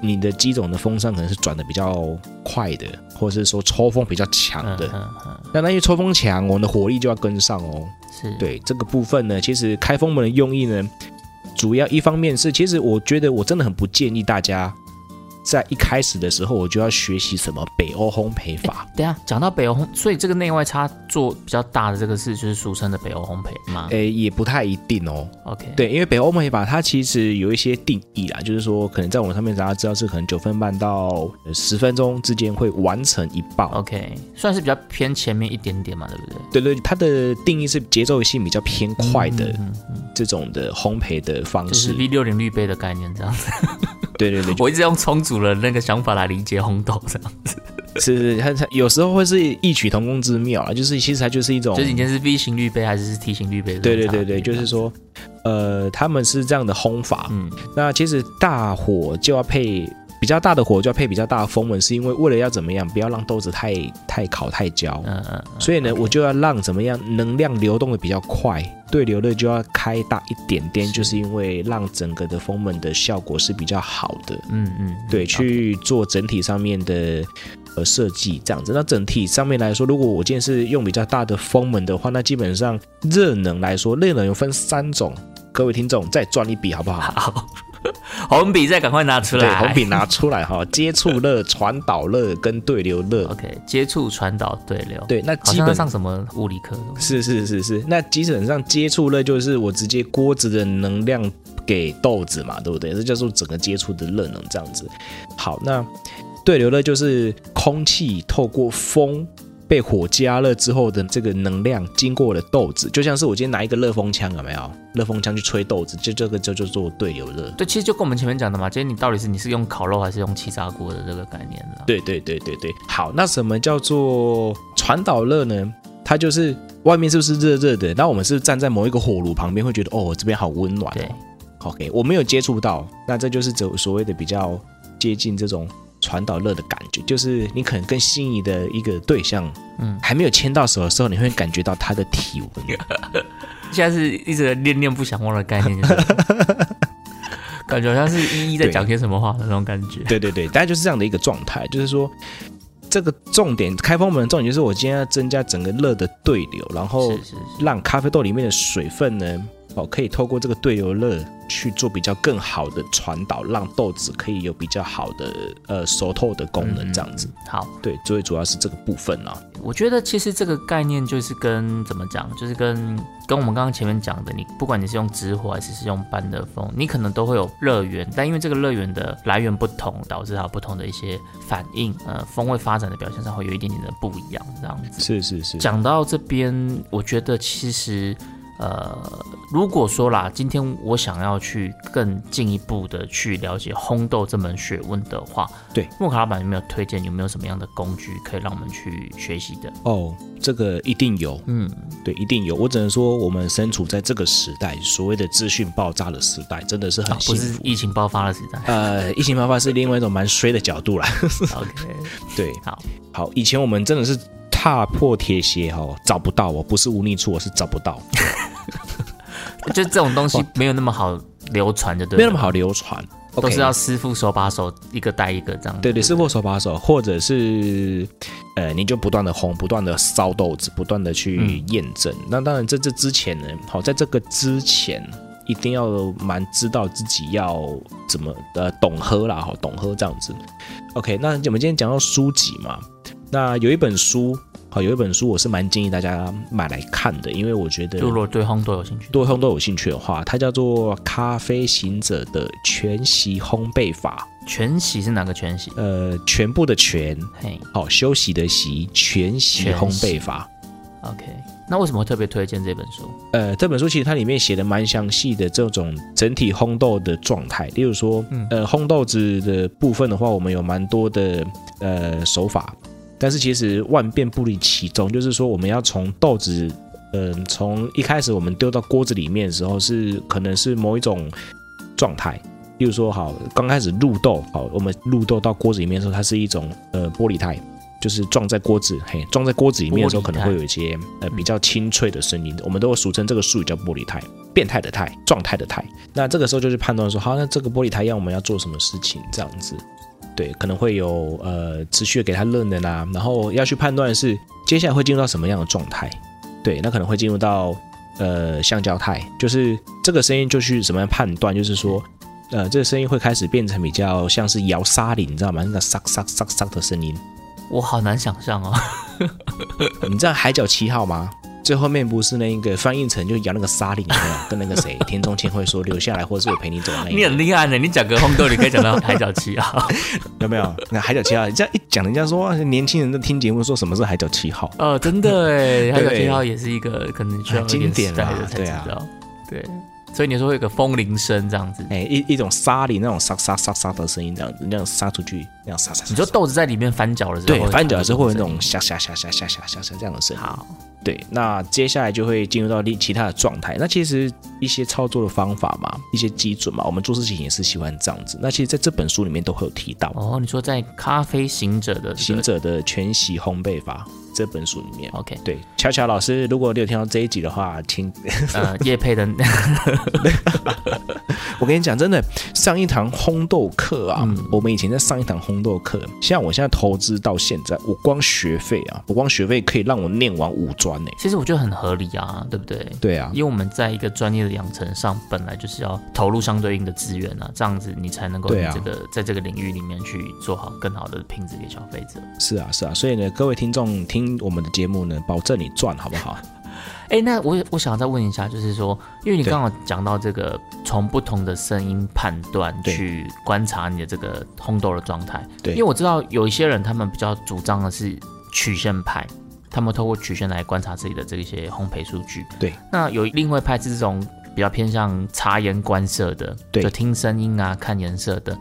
A: 你的机种的风扇可能是转的比较快的，或者是说抽风比较强
B: 嗯
A: 的。
B: 嗯嗯，
A: 那那些抽风强，我们的火力就要跟上哦。
B: 是，
A: 对这个部分呢，其实开封门的用意呢，主要一方面是，其实我觉得我真的很不建议大家在一开始的时候我就要学习什么北欧烘焙法。
B: 等一下讲到北欧烘，所以这个内外差做比较大的这个是就是俗称的北欧烘焙吗
A: 诶、也不太一定哦。
B: ？OK，，
A: 对，因为北欧烘焙法它其实有一些定义啦，就是说可能在网络上面大家知道是可能九分半到十分钟之间会完成一爆。
B: OK，算是比较偏前面一点点嘛，对不对？
A: 对对，它的定义是节奏性比较偏快的
B: 嗯，嗯嗯
A: 这种的烘焙的方
B: 就是 V
A: 式。
B: 六零滤杯的概念这样子。
A: 对对对，
B: 我一直用充足了那个想法来理解烘豆这样。
A: 是是，它它有时候会是异曲同工之妙啊，就是其实它就是一种，
B: 就是你今天是 V 型滤杯还是 T 型滤杯？
A: 对对对对，就是，说，呃，他们是这样的烘法，
B: 嗯，
A: 那其实大火就要配比较大的火，就要配比较大的风温，是因为为了要怎么样，不要让豆子太太烤太焦。
B: 嗯嗯，嗯
A: 所以呢，我就要让怎么样能量流动的比较快，对流的就要开大一点点，就是因为让整个的风温的效果是比较好的。
B: 嗯嗯，
A: 对，
B: 嗯
A: 去做整体上面的呃设计这样子。那整体上面来说，如果我今天是用比较大的风门的话，那基本上热能来说，热能有分三种。各位听众，再赚一笔好不好？
B: 好，红笔再赶快拿出
A: 对
B: 来，，
A: 红笔拿出来哈，接触热、传导热跟对流热。
B: ，OK，接触传导对流，，
A: 对，那
B: 好
A: 基
B: 像在
A: 本
B: 上什么物理课，
A: 是是是是，那基本上接触热就是我直接锅子的能量给豆子嘛，对不对？这叫做整个接触的热能这样子。好，那对流热就是空气透过风被火加热之后的这个能量经过我的豆子，就像是我今天拿一个热风枪，有没有？热风枪去吹豆子，就这个就就做对流热。
B: 对，其实就跟我们前面讲的嘛，今天你到底是你是用烤肉还是用气炸锅的这个概念了，
A: 对对对对对，好，那什么叫做传导热呢？它就是外面是不是热热的？那我们是站在某一个火炉旁边，会觉得哦，这边好温暖、
B: 对，
A: OK，我没有接触到，那这就是走所谓的比较接近这种传导热的感觉，就是你可能跟心仪的一个对象，
B: 嗯
A: 还没有牵到手的时候，你会感觉到他的体
B: [LAUGHS]
A: 温。
B: 现在是一直念念不想忘的概念，就是 [LAUGHS] 感觉好像是一一在讲些什么话的那种感觉。
A: 对对对，大概就是这样的一个状态，就是说这个重点，开封门的重点就是我今天要增加整个热的对流，然后
B: 是是是，
A: 让咖啡豆里面的水分呢，哦，可以透过这个对流热去做比较更好的传导，让豆子可以有比较好的呃熟透的功
B: 嗯
A: 能，这样子。
B: 好，
A: 对，最主要是这个部分啊。
B: 我觉得其实这个概念就是跟怎么讲，就是跟跟我们刚刚前面讲的，你不管你是用直火还是是用半热风，你可能都会有热源，但因为这个热源的来源不同，导致它有不同的一些反应，呃，风味发展的表现上会有一点点的不一样，这样子。
A: 是是是，
B: 讲到这边，我觉得其实，呃，如果说啦，今天我想要去更进一步的去了解烘豆这门学问的话，
A: 对，
B: 莫卡老板有没有推荐？有没有什么样的工具可以让我们去学习的？
A: 哦，这个一定有，
B: 嗯，
A: 对，一定有。我只能说，我们身处在这个时代，所谓的资讯爆炸的时代，真的是
B: 啊
A: 很
B: 不
A: 幸
B: 是
A: 福。
B: 疫情爆发的时
A: [LAUGHS]
B: 代
A: 呃，疫情爆发是另外一种蛮衰的角度啦。 [LAUGHS]
B: ，OK，
A: 对，
B: 好，
A: 好，以前我们真的是踏破铁鞋哦，找不到哦，不是无力处，我是找不
B: [LAUGHS]
A: 到，
B: 就这种东西没有那么好流传，就对了，
A: 没有那么好流传。
B: 都
A: OK
B: 是要师傅手把手一个带一个这样。
A: 对对，是握手把手，或者是呃，你就不断的烘，不断的烧豆子，不断的去验证。那当然，在这之前呢，好，在这个之前。一定要蛮知道自己要怎么呃懂喝啦，好懂喝这样子。OK，那我们今天讲到书籍嘛，那有一本书，好有一本书我是蛮建议大家买来看的，因为我觉得
B: 就如果对烘豆有兴趣，
A: 多通都有兴趣的话，它叫做《咖啡行者的全息烘焙法》，
B: 全息是哪个全息？
A: 呃，全部的全，
B: 嘿
A: 好、哦休息的息，全息烘焙法。
B: ，OK，那为什么会特别推荐这本书？
A: 呃，这本书其实它里面写的蛮详细的这种整体烘豆的状态，例如说，呃，烘豆子的部分的话，我们有蛮多的呃手法，但是其实万变不离其宗，就是说我们要从豆子，嗯、从一开始我们丢到锅子里面的时候是可能是某一种呃状态，例如说，好，刚开始入豆，好，我们入豆到锅子里面的时候，它是一种呃玻璃态，就是撞在锅子，嘿，撞在锅子里面的时候，
B: 玻璃
A: 可
B: 态
A: 能会有一些呃比较清脆的声音，我们都会俗称这个术语叫玻璃态，变态的态，状态的态。那这个时候就去判断说，好，那这个玻璃胎要我们要做什么事情，这样子。对，可能会有呃持续地给它热能啊，然后要去判断是接下来会进入到什么样的状态。对，那可能会进入到呃橡胶态，就是这个声音就去怎么样判断，就是说。呃，这个声音会开始变成比较像是摇沙铃，你知道吗？那个沙沙沙沙的声音。
B: 我好难想象哦。
A: 你知道《海角七号》吗？最后面不是那个翻译成就摇那个沙铃，有没有跟那个谁田中千惠说留下来，或者是我陪你走那一
B: [LAUGHS] 你
A: 个
B: 很厉害呢，你讲个红豆，你可以讲到海角七啊号。
A: 有没有？那《海角七号》你这样一讲，人家说哇年轻人都听节目说什么是《海角七号》。
B: [LAUGHS] 哦，真的哎，海角
A: 对
B: 七号也是一个可能需要
A: 很经典
B: 的
A: 啦
B: 才知道。对，所以你说会有个风铃声这样子。
A: 哎、一一种沙里那种沙沙沙沙的声音，这样子，那样杀出去，那样沙沙。
B: 你说豆子在里面翻搅的时候，
A: 对
B: 会，
A: 翻脚
B: 的
A: 是会有那种下下下下下下下下这样的声音。
B: 好，
A: 对，那接下来就会进入到另其他的状态。那其实一些操作的方法嘛，一些基准嘛，我们做事情也是喜欢这样子。那其实在这本书里面都会有提到
B: 哦，你说在咖啡行者的这个
A: 行者的全息烘焙法这本书里面。
B: ，OK，
A: 对，巧巧老师，如果你有听到这一集的话，请
B: 呃，叶配的 [LAUGHS]
A: 我跟你讲，真的上一堂烘豆课啊，我们以前在上一堂烘豆课，像我现在投资到现在，我光学费啊，我光学费可以让我念完五专呢、
B: 其实我觉得很合理啊，对不对？
A: 对啊，
B: 因为我们在一个专业的养成上，本来就是要投入相对应的资源啊，这样子你才能够
A: 对啊
B: 这个、在这个领域里面去做好更好的品质给消费者。
A: 是啊，是啊，所以呢，各位听众听我们的节目呢，保证你赚，好不 [LAUGHS] 好？
B: 哎，那我我想再问一下，就是说，因为你
A: 对
B: 刚好讲到这个，从不同的声音判断
A: 对
B: 去观察你的这个烘豆的状态。
A: 对
B: 因为我知道有一些人他们比较主张的是曲线派，他们透过曲线来观察自己的这一些烘焙数据。
A: 对，
B: 那有另外一派是这种比较偏向察言观色的，
A: 对
B: 就听声音啊、看颜色的。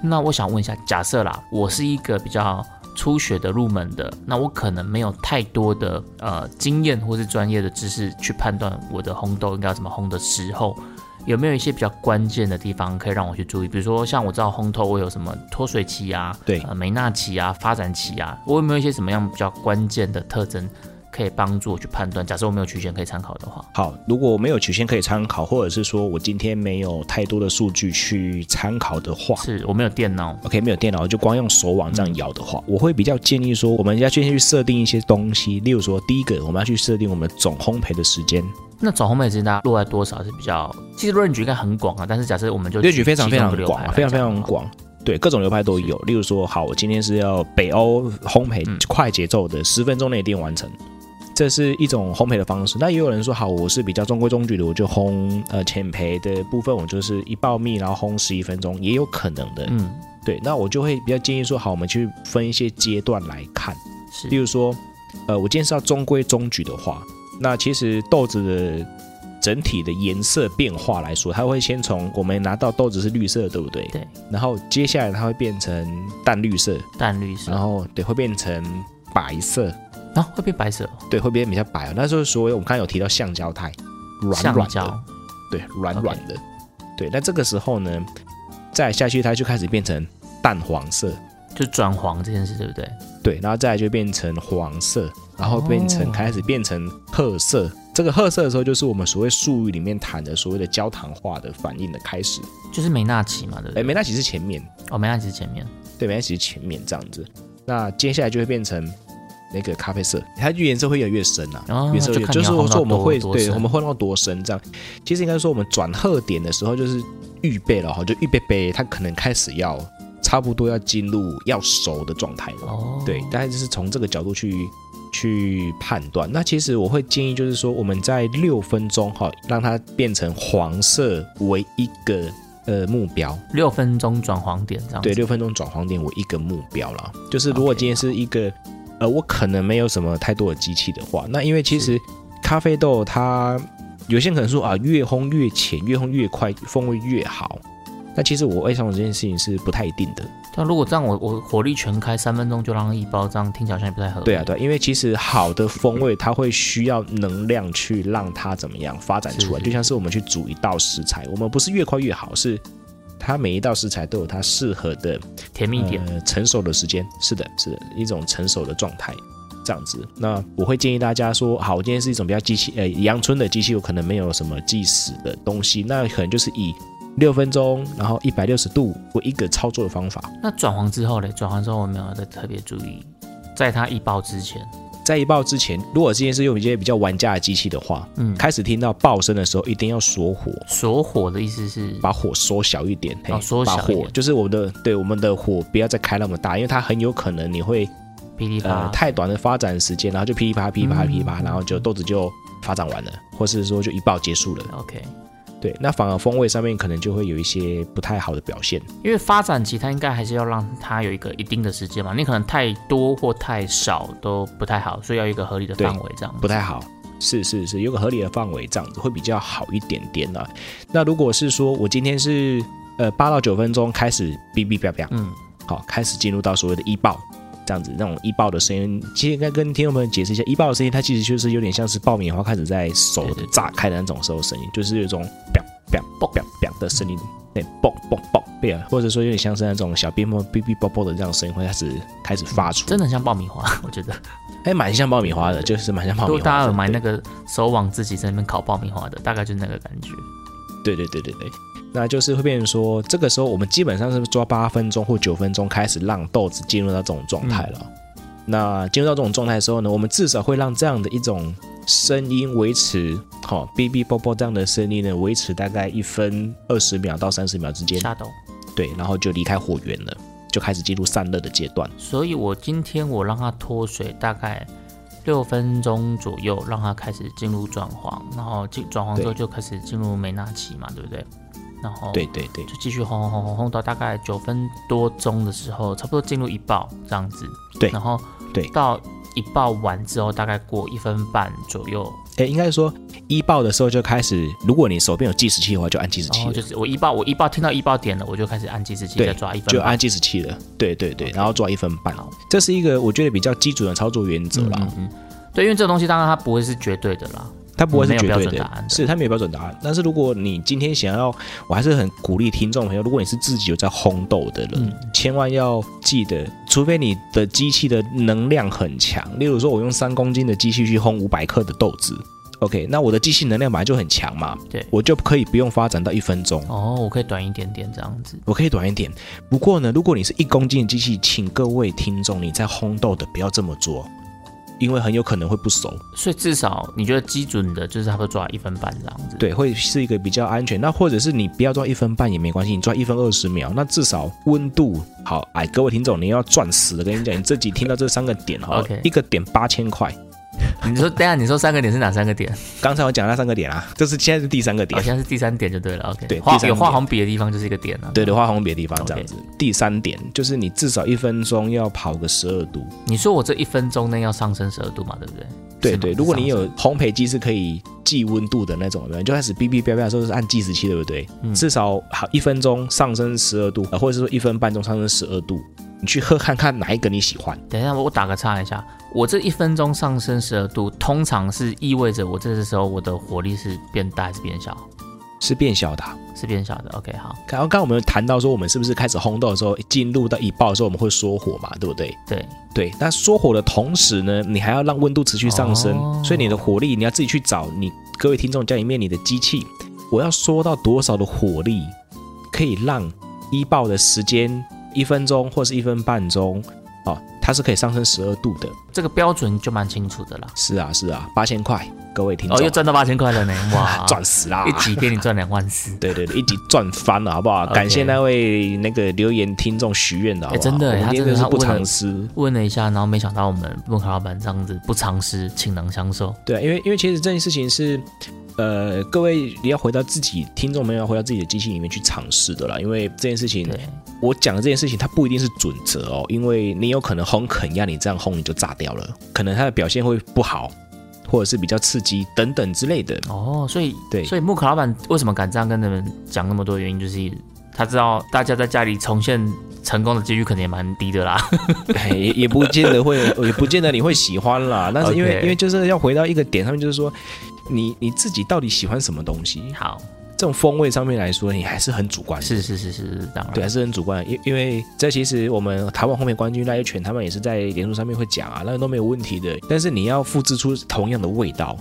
B: 那我想问一下，假设啦，我是一个比较初学的入门的，那我可能没有太多的呃经验或是专业的知识去判断我的烘豆应该要怎么烘的时候，有没有一些比较关键的地方可以让我去注意？比如说像我知道烘豆我有什么脱水期啊，
A: 对
B: 呃梅纳期啊、发展期啊，我有没有一些什么样比较关键的特征可以帮助我去判断？假设我没有曲线可以参考的话，
A: 好，如果没有曲线可以参考，或者是说我今天没有太多的数据去参考的话。
B: 是我没有电脑，
A: OK，没有电脑就光用手往这样摇的话，我会比较建议说，我们要先去设定一些东西，例如说，第一个我们要去设定我们总烘焙的时间，
B: 那总烘焙值大家落在多少是比较？其实 range 应该很广啊，但是假设我们就
A: 列举非常
B: 其
A: 非
B: 中一
A: 常
B: 个流
A: 广
B: 派
A: 啊，
B: 来
A: 非常非
B: 讲的
A: 常
B: 话。
A: 广。对，各种流派都有。例如说，好，我今天是要北欧烘焙快节奏的，十分钟内一定完成，这是一种烘焙的方式。那也有人说，好，我是比较中规中矩的，我就烘呃浅焙的部分，我就是一爆蜜，然后烘十一分钟，也有可能的。
B: 嗯，
A: 对，那我就会比较建议说，好，我们去分一些阶段来看。
B: 是
A: 例如说，呃，我今天是要中规中矩的话，那其实豆子的整体的颜色变化来说，它会先从我们拿到豆子是绿色，对不对？
B: 对。
A: 然后接下来它会变成淡绿色，
B: 淡绿色，
A: 然后对，会变成白色，
B: 然后会变白色，
A: 对，会变得比较白哦。那就是所谓我们刚刚有提到橡胶态，软
B: 橡
A: 软
B: 胶
A: 的，。对，软软的。对，那这个时候呢，再下去它就开始变成淡黄色，
B: 就转黄这件事，对不对？
A: 对，然后再来就变成黄色，然后变成、
B: 哦
A: 开始变成褐色。这个褐色的时候，就是我们所谓术语里面谈的所谓的焦糖化的反应的开始。
B: 就是美纳奇嘛，对不
A: 哎，
B: 对？
A: 美奈奇是前面，
B: 哦，美纳奇是前面，
A: 对，美奈奇是前面这样子。那接下来就会变成那个咖啡色，它颜色会越来越深啊。
B: 哦
A: 颜色
B: 就
A: 越
B: 看
A: 就
B: 你
A: 是
B: 要烘
A: 说
B: 到
A: 我们
B: 多
A: 会
B: 多
A: 对
B: 深
A: 我们会弄到多深这样。其实应该说我们转褐点的时候就是预备了哈，就预备备，它可能开始要差不多要进入要熟的状态了。
B: 哦，
A: 对，大概就是从这个角度去去判断。那其实我会建议，就是说我们在六分钟哈，让它变成黄色为一个呃目标，
B: 六分钟转黄点这样子。
A: 对，六分钟转黄点为一个目标啦。就是如果
B: OK，
A: 今天是一个呃，我可能没有什么太多的机器的话，那因为其实咖啡豆它有些人可能说啊，越烘越浅，越烘越快，风味越好。那其实我为什么这件事情是不太一定的，
B: 但如果这样我，我火力全开，三分钟就让它一包，这样听起来好像也不太合理。
A: 对啊，，对啊，因为其实好的风味，它会需要能量去让它怎么样发展出来，
B: 是是
A: 就像是我们去煮一道食材，我们不是越快越好，是它每一道食材都有它适合的
B: 甜蜜点。
A: 呃、成熟的时间。是的，是的，一种成熟的状态。这样子，那我会建议大家说，好，我今天是一种比较机器，呃，阳春的机器，我可能没有什么计时的东西，那可能就是以六分钟，然后一百六十度为一个操作的方法。
B: 那转黄之后嘞，转黄之后我没有再特别注意，在它一包之前，
A: 在一爆之前，如果这件事用一些比较玩家的机器的话，
B: 嗯
A: 开始听到爆声的时候，一定要锁火，
B: 锁火的意思是
A: 把火缩小一点，嘿
B: 哦缩小
A: 把
B: 一
A: 火
B: 点
A: 就是我们的对我们的火不要再开那么大，因为它很有可能你会
B: 噼里啪
A: 呃
B: 啦，
A: 太短的发展时间，然后就噼里啪啦噼里啪啦
B: 啊嗯
A: 噼里啪啦，然后就豆子就发展完了，或是说就一爆结束了。
B: OK，
A: 对，那反而风味上面可能就会有一些不太好的表现。
B: 因为发展期它应该还是要让它有一个一定的时间嘛，你可能太多或太少都不太好，所以要有一个合理的
A: 对
B: 范围这样。
A: 不太好。是是是，有个合理的范围，这样子会比较好一点点啊。那如果是说我今天是呃八到九分钟开始哔哔叭叭，
B: 嗯，
A: 好，开始进入到所谓的一爆。这样子，那种一爆的声音，其实应该跟听众朋友解释一下，一爆的声音，它其实就是有点像是爆米花开始在手
B: 对对对
A: 炸开的那种时候声音，就是有一种砰砰砰砰砰的声音，对，嘣嘣嘣，对啊，或者说有点像是那种小鞭炮哔哔啵啵的这样的声音会开始开始发出，
B: 嗯真的很像爆米花，我觉得。
A: 还蛮像爆米花的，就是蛮像爆
B: 如
A: 米
B: 果
A: 花。
B: 大家有买
A: 对
B: 那个手网自己在那边烤爆米花的，大概就是那个感觉。
A: 对对对对对，那就是会变成说，这个时候我们基本上是抓八分钟或九分钟开始让豆子进入到这种状态了。那进入到这种状态的时候呢，我们至少会让这样的一种声音维持，好、哔哔啵啵这样的声音呢，维持大概一分二十秒到三十秒之间，
B: 下豆。
A: 对，然后就离开火源了，就开始进入散热的阶段。
B: 所以我今天我让它脱水大概六分钟左右，让它开始进入转黄，然后进转黄之后
A: 对
B: 就开始进入梅纳奇嘛，对不对？然后
A: 对对对
B: 就继续烘烘烘烘烘到大概九分多钟的时候，差不多进入一爆这样子。
A: 对
B: 然后
A: 对
B: 到一爆完之后，大概过一分半左右，
A: 哎，应该说一爆的时候就开始，如果你手边有计时器的话，就按计时器
B: 然后
A: 了。
B: 就是我一爆，我一爆听到一爆点了，我就开始按计时器
A: 对
B: 再抓一分半，
A: 就按计时器了，对对对，然后抓一分半
B: 好，
A: 这是一个我觉得比较基础的操作原则啦，
B: 嗯嗯嗯对，因为这个东西当然它不会是绝对的啦，
A: 它不会是
B: 没有
A: 绝
B: 标
A: 对
B: 准答
A: 的
B: 案，的
A: 是它没有标准答案。但是如果你今天想要，我还是很鼓励听众朋友，如果你是自己有在烘豆的人，
B: 嗯
A: 千万要记得，除非你的机器的能量很强，例如说我用三公斤的机器去烘五百克的豆子。OK，那我的机器能量本来就很强嘛，
B: 对
A: 我就可以不用发展到一分钟，
B: 哦，我可以短一点点这样子。
A: 我可以短一点。不过呢，如果你是一公斤的机器，请各位听众，你在烘豆的不要这么做，因为很有可能会不熟，
B: 所以至少你觉得基准的就是差不多抓一分半这样子。，
A: 对，会是一个比较安全。那或者是你不要抓一分半也没关系，你抓一分二十秒，那至少温度好。哎，各位听众，你要赚死了，跟你讲，你这集听到这三个点哈
B: OK
A: 一个点八千块。
B: 你说等一下你说三个点是哪三个点？
A: 刚才我讲那三个点啊，这是现在是第三个
B: 好
A: 点。
B: 像是第三点就对了。OK，
A: 对
B: 画
A: 第三
B: 有
A: 点
B: 画红笔的地方就是一个点啊。
A: 对的，画红别的地方
B: OK
A: 这样子。第三点就是你至少一分钟要跑个十二度。
B: 你说我这一分钟内要上升十二度嘛，对不对？
A: 对
B: 是吗
A: 对，如果你，
B: 是
A: 有
B: 上
A: 烘焙机是可以记温度的那种，有没有？你就开始哔哔叭叭的时候是按计时器，对不对？
B: 嗯
A: 至少好一分钟上升十二度，呃或者是说一分半钟上升十二度，你去喝看看哪一个你喜欢。
B: 升等一下我我打个岔一下，我这一分钟上升十二度，通常是意味着我这个时候我的火力是变大还是变小？
A: 是变小的啊、
B: 是变小的。OK，好，
A: 刚刚刚我们有谈到说，我们是不是开始烘豆的时候，进入到一爆的时候，我们会缩火嘛，对不对？
B: 对，
A: 对，那缩火的同时呢，你还要让温度持续上升，
B: 哦
A: 所以你的火力你要自己去找你各位听众家里面你的机器，我要缩到多少的火力，可以让一爆的时间一分钟或是一分半钟，哦，它是可以上升十二度的。
B: 这个标准就蛮清楚的啦。
A: 是啊，是啊，八千块，各位听众
B: 哦，
A: 啊，，
B: 又赚到八千块了呢，
A: [LAUGHS]
B: 哇
A: 赚死啦！
B: 一集给你赚两万四。 [LAUGHS]
A: 对对对，一集赚翻了，好不好？
B: OK
A: 感谢那位那个留言听众许愿的，好不好？
B: 哎真的
A: 我们
B: 他
A: 真
B: 真的
A: 的是
B: 他
A: 不
B: 为了
A: 藏私。
B: 问了一下，然后没想到我们问卡老板这样子不尝试，倾囊相授。
A: 对啊，因为因为其实这件事情是，呃，各位你要回到自己听众们要回到自己的机器里面去尝试的啦。因为这件事情，
B: 对，
A: 我讲的这件事情，它不一定是准则哦，因为你有可能烘肯亚，你这样烘你就炸掉了，可能它的表现会不好，或者是比较刺激等等之类的。
B: [LAUGHS] 哦，所以
A: 对
B: 所以木卡老板为什么敢这样跟你们讲那么多？原因就是他知道大家在家里重现成功的几率可能也蛮
A: [LAUGHS]
B: 低的啦。
A: 哎也也不见得会，也不见得你会喜欢啦。但是因为
B: OK
A: 因为就是要回到一个点上面，就是说，你你自己到底喜欢什么东西？
B: 好，
A: 这种风味上面来说，你还是很主观的。
B: 是是是是，是当然。
A: 对，还是很主观的，因因为这其实我们台湾后面冠军那一拳，他们也是在脸书上面会讲啊，那个都没有问题的。但是你要复制出同样的味道，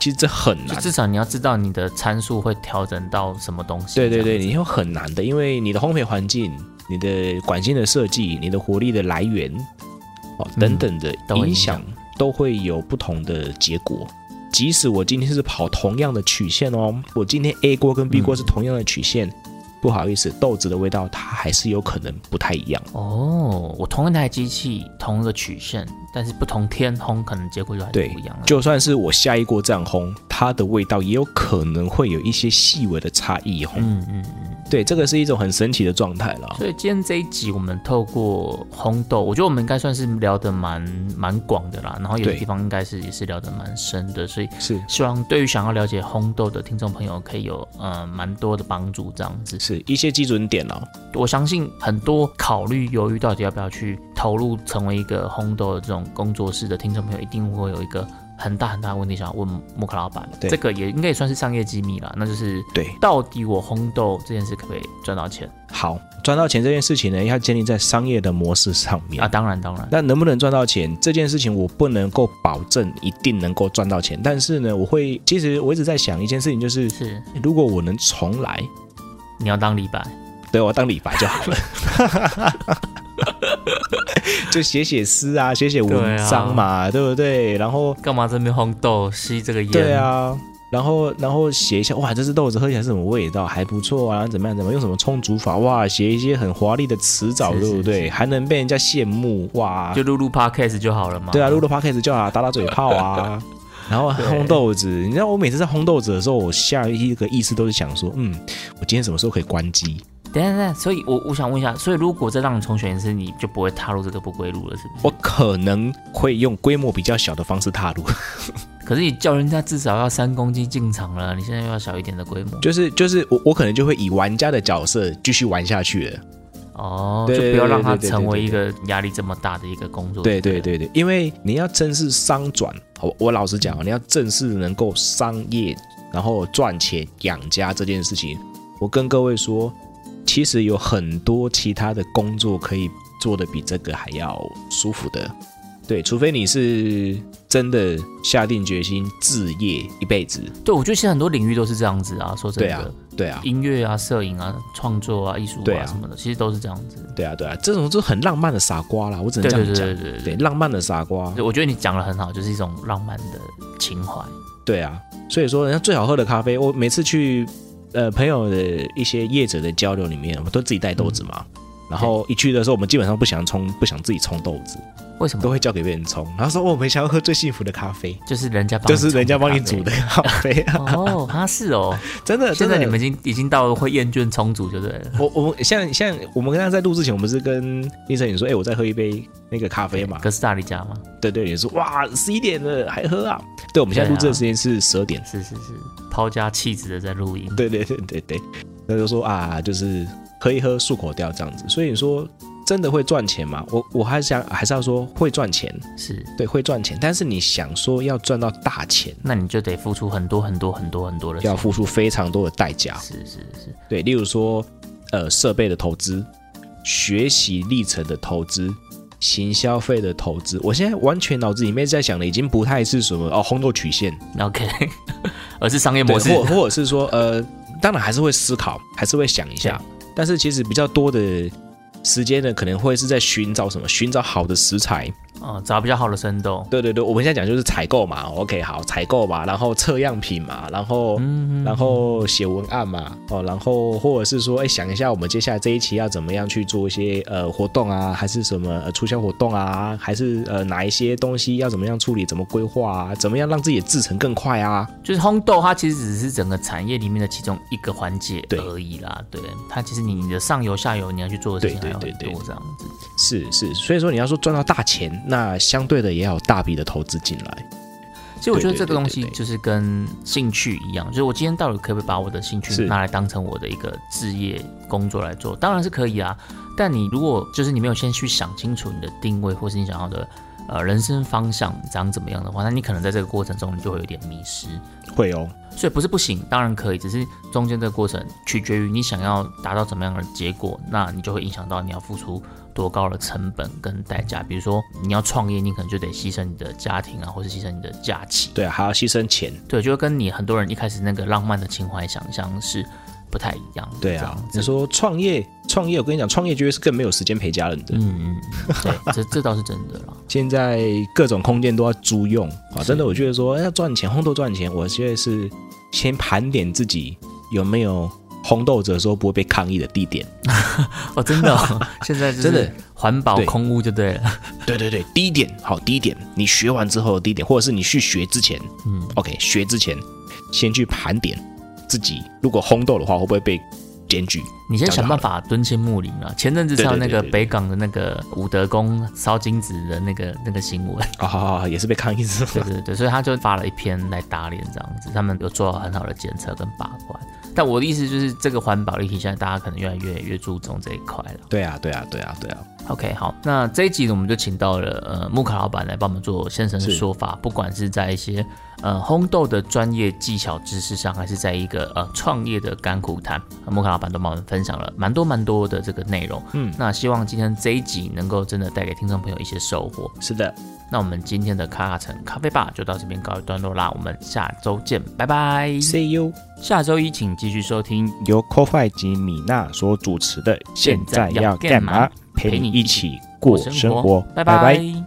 A: 其实这很
B: 就
A: 难。
B: 至少你要知道你的参数会调整到什么东西。
A: 对对
B: 这
A: 对，
B: 样子，
A: 你又很难的，因为你的烘焙环境、你的管线的设计、你的活力的来源，哦
B: 嗯
A: 等等的
B: 都会
A: 影
B: 影
A: 响
B: 响，
A: 都会有不同的结果。即使我今天是跑同样的曲线哦，我今天 A 锅跟 B
B: 嗯
A: 锅是同样的曲线，不好意思，豆子的味道它还是有可能不太一样。
B: 哦，我同一台机器，同一个曲线，但是不同天烘，可能结果就还是
A: 对
B: 不一样了。
A: 就算是我下一锅这样烘，它的味道也有可能会有一些细微的差异哦。
B: 嗯嗯嗯，
A: 对，这个是一种很神奇的状态了。哦
B: 所以今天这一集，我们透过烘豆，我觉得我们应该算是聊得蛮蛮广的啦。然后有些
A: 对
B: 地方应该是也是聊得蛮深的，所以
A: 是
B: 希望对于想要了解烘豆的听众朋友，可以有呃蛮多的帮助。这样子，
A: 是一些基准点哦啦，
B: 我相信很多考虑犹豫到底要不要去投入成为一个烘豆的这种工作室的听众朋友，一定会有一个很大很大的问题想要问木克老板。
A: 对
B: 这个也应该也算是商业机密啦，那就是
A: 对
B: 到底我烘豆这件事可不可以赚到钱
A: 好，赚到钱这件事情呢，要建立在商业的模式上面
B: 啊？。当然，当然，
A: 那能不能赚到钱这件事情，我不能够保证一定能够赚到钱，但是呢，我会其实我一直在想一件事情，就是
B: 是
A: 如果我能重来，
B: 你要当李白。
A: 对我当李白就好
B: [LAUGHS]
A: 了，就写写诗啊，写写文章
B: 啊
A: 嘛，对不对？然后
B: 干嘛这边烘豆吸这个烟？
A: 对，啊。然后，然后写一下，哇，这只豆子喝起来是什么味道，还不错啊，怎么样，怎么样用什么冲煮法，哇，写一些很华丽的词藻，
B: 是
A: 对
B: 是
A: 不对？
B: 是
A: 还能被人家羡慕，哇，
B: 就录录 podcast 就好了嘛。
A: 对啊，录了 podcast 就好打打嘴炮
B: [LAUGHS]
A: 啊，然后烘豆子。你知道我每次在烘豆子的时候，我下一个意思都是想说，嗯，我今天什么时候可以关机？
B: 等一下等一下，所以我我想问一下，所以如果再让你重选一次，你就不会踏入这个不归路了，是不是？
A: 我可能会用规模比较小的方式踏入， [LAUGHS]
B: 可是你叫人家至少要三公斤进场了，你现在又要小一点的规模
A: 就是就是我我可能就会以玩家的角色继续玩下去了。
B: 哦，就
A: 对
B: 不要让它
A: 对对对对
B: 成为一个压力这么大的一个工作。
A: 对
B: 不
A: 对，对对，因为你要正式商转，我我老实讲哦，你要正式能够商业，然后赚钱养家这件事情，我跟各位说，其实有很多其他的工作可以做的比这个还要舒服的。对，除非你是真的下定决心置业一辈子。
B: 对我觉得现在很多领域都是这样子啊，说真
A: 对
B: 的
A: 啊，，对啊，
B: 音乐啊、摄影啊、创作啊、艺术
A: 对
B: 啊
A: 啊
B: 什么的，其实都是这样子。
A: 对啊，对啊，这种就是很浪漫的傻瓜啦，我只能
B: 对
A: 这
B: 对
A: 样讲。
B: 对对对
A: 对，浪漫的傻瓜。
B: 对，我觉得你讲的很好，就是一种浪漫的情怀。
A: 对啊，所以说人家最好喝的咖啡，我每次去呃朋友的一些业者的交流里面，我都自己带豆子嘛。然后一去的时候，我们基本上不想冲，不想自己冲豆子，
B: 为什么
A: 都？会交给别人冲。然后说：“哦，我们想要喝最幸福的咖啡，
B: 就是人家帮
A: 就
B: 你
A: 是人家
B: 冲
A: 帮你
B: 咖
A: 煮
B: 啡
A: 的咖啡。啊 [LAUGHS]
B: 哦， [LAUGHS] 他是哦，”
A: 真的，
B: 现
A: 真
B: 在
A: 的，
B: 你们已经已经到了会厌倦充足就对了。
A: 我我像像我们刚刚在录之前，我们是跟医生你说：“哎，我再喝一杯那个咖啡嘛。
B: 哥斯达黎加吗？”
A: 对对，你说：“哇，十一点了还喝啊？”对，我们现在录制的时间是十二点。
B: 是是是，抛家弃子的在录音。
A: 对对对对对，那就说啊，就是喝一喝漱口掉这样子。所以你说真的会赚钱吗？我我还想还是要说会赚钱，
B: 是，
A: 对，会赚钱。但是你想说要赚到大钱，
B: 那你就得付出很多很多很多很多的钱。
A: 要付出非常多的代价。
B: 是是是，
A: 对，例如说呃设备的投资、学习历程的投资。行消费的投资，我现在完全脑子里面在想的已经不太是什么哦红豆曲线，
B: 那 OK，而是商业
A: 对，
B: 模式。
A: 或或者是说，呃，当然还是会思考，还是会想一下，但是其实比较多的时间呢，可能会是在寻找什么，寻找好的食材。
B: 哦，找比较好的生豆。
A: 对对对，我们现在讲就是采购嘛，OK，好，哦采购嘛，然后测样品嘛，然后。
B: 嗯，
A: 然后写文案嘛，哦，然后或者是说，哎，想一下我们接下来这一期要怎么样去做一些呃活动啊，还是什么呃促销活动啊，还是呃哪一些东西要怎么样处理，怎么规划啊，怎么样让自己的制程更快啊，
B: 就是烘豆，它其实只是整个产业里面的其中一个环节
A: 对
B: 而已啦。对，它其实你你的上游、下游你要去做的事情还
A: 对
B: 有
A: 对
B: 很
A: 对
B: 多这样子。
A: 是是，所以说你要说赚到大钱，那相对的也要有大笔的投资进来。
B: 其实我觉得
A: 对对
B: 这个
A: 对
B: 东
A: 对
B: 西
A: 对
B: 就是跟兴趣一样，就是我今天到底可不可以把我的兴趣
A: 是
B: 拿来当成我的一个置业工作来做？当然是可以啊，但你如果就是你没有先去想清楚你的定位，或是你想要的呃人生方向长怎么样的话，那你可能在这个过程中你就会有点迷失。
A: 会哦，
B: 所以不是不行，当然可以，只是中间这个过程取决于你想要达到怎么样的结果，那你就会影响到你要付出多高的成本跟代价。比如说你要创业，你可能就得牺牲你的家庭啊，或是牺牲你的假期。
A: 对啊，还要牺牲钱，
B: 对，就会跟你很多人一开始那个浪漫的情怀想象是不太一样的。
A: 对
B: 这
A: 啊
B: 样。子
A: 你，说创业，创业，我跟你讲，创业绝对是更没有时间陪家人的。
B: 嗯，嗯嗯对，这这倒是真的啦。
A: 现在各种空间都要租用啊，
B: 是
A: 真的，我觉得说哎要赚钱，烘豆赚钱，我觉得是先盘点自己有没有烘豆者说不会被抗议的地点。
B: 哦，真的哦、现在就
A: 真
B: 是
A: 的
B: 环保
A: 对
B: 空污就对了。
A: 对对对，第一点好，第一点，你学完之后的第一点，或者是你去学之前，
B: 嗯
A: 嗯，OK，学之前先去盘点自己，如果烘豆的话，会不会被检举。
B: 你先
A: 这样就
B: 想
A: 好
B: 办
A: 了。
B: 法蹲进木林啊！前阵子才有那
A: 对对
B: 个
A: 对对
B: 北港的那个武德宫烧金子的那个那个新闻，
A: 啊、好好好，也是被抗议是吗
B: 对对对，所以他就发了一篇来打脸这样子，他们有做好很好的检测跟把关。但我的意思就是，这个环保议题现在大家可能越来越越注重这一块了。
A: [LAUGHS] 对啊，对啊，对啊，对啊，
B: OK，好，那这一集呢，我们就请到了呃木卡老板来帮我们做现身
A: 是
B: 说法，不管是在一些呃烘豆的专业技巧知识上，还是在一个呃创业的甘苦谈，呃木卡老板都帮我们分享了蛮多蛮多的这个内容。
A: 嗯
B: 那希望今天这一集能够真的带给听众朋友一些收获。
A: 是的，
B: 那我们今天的卡卡城咖啡吧就到这边告一段落啦，我们下周见，拜拜。
A: ，C U
B: 下周一请继续收听，
A: 由 c o f i 及米娜所主持的《现在要干嘛》，陪你一起过生活，
B: 拜
A: 拜
B: 拜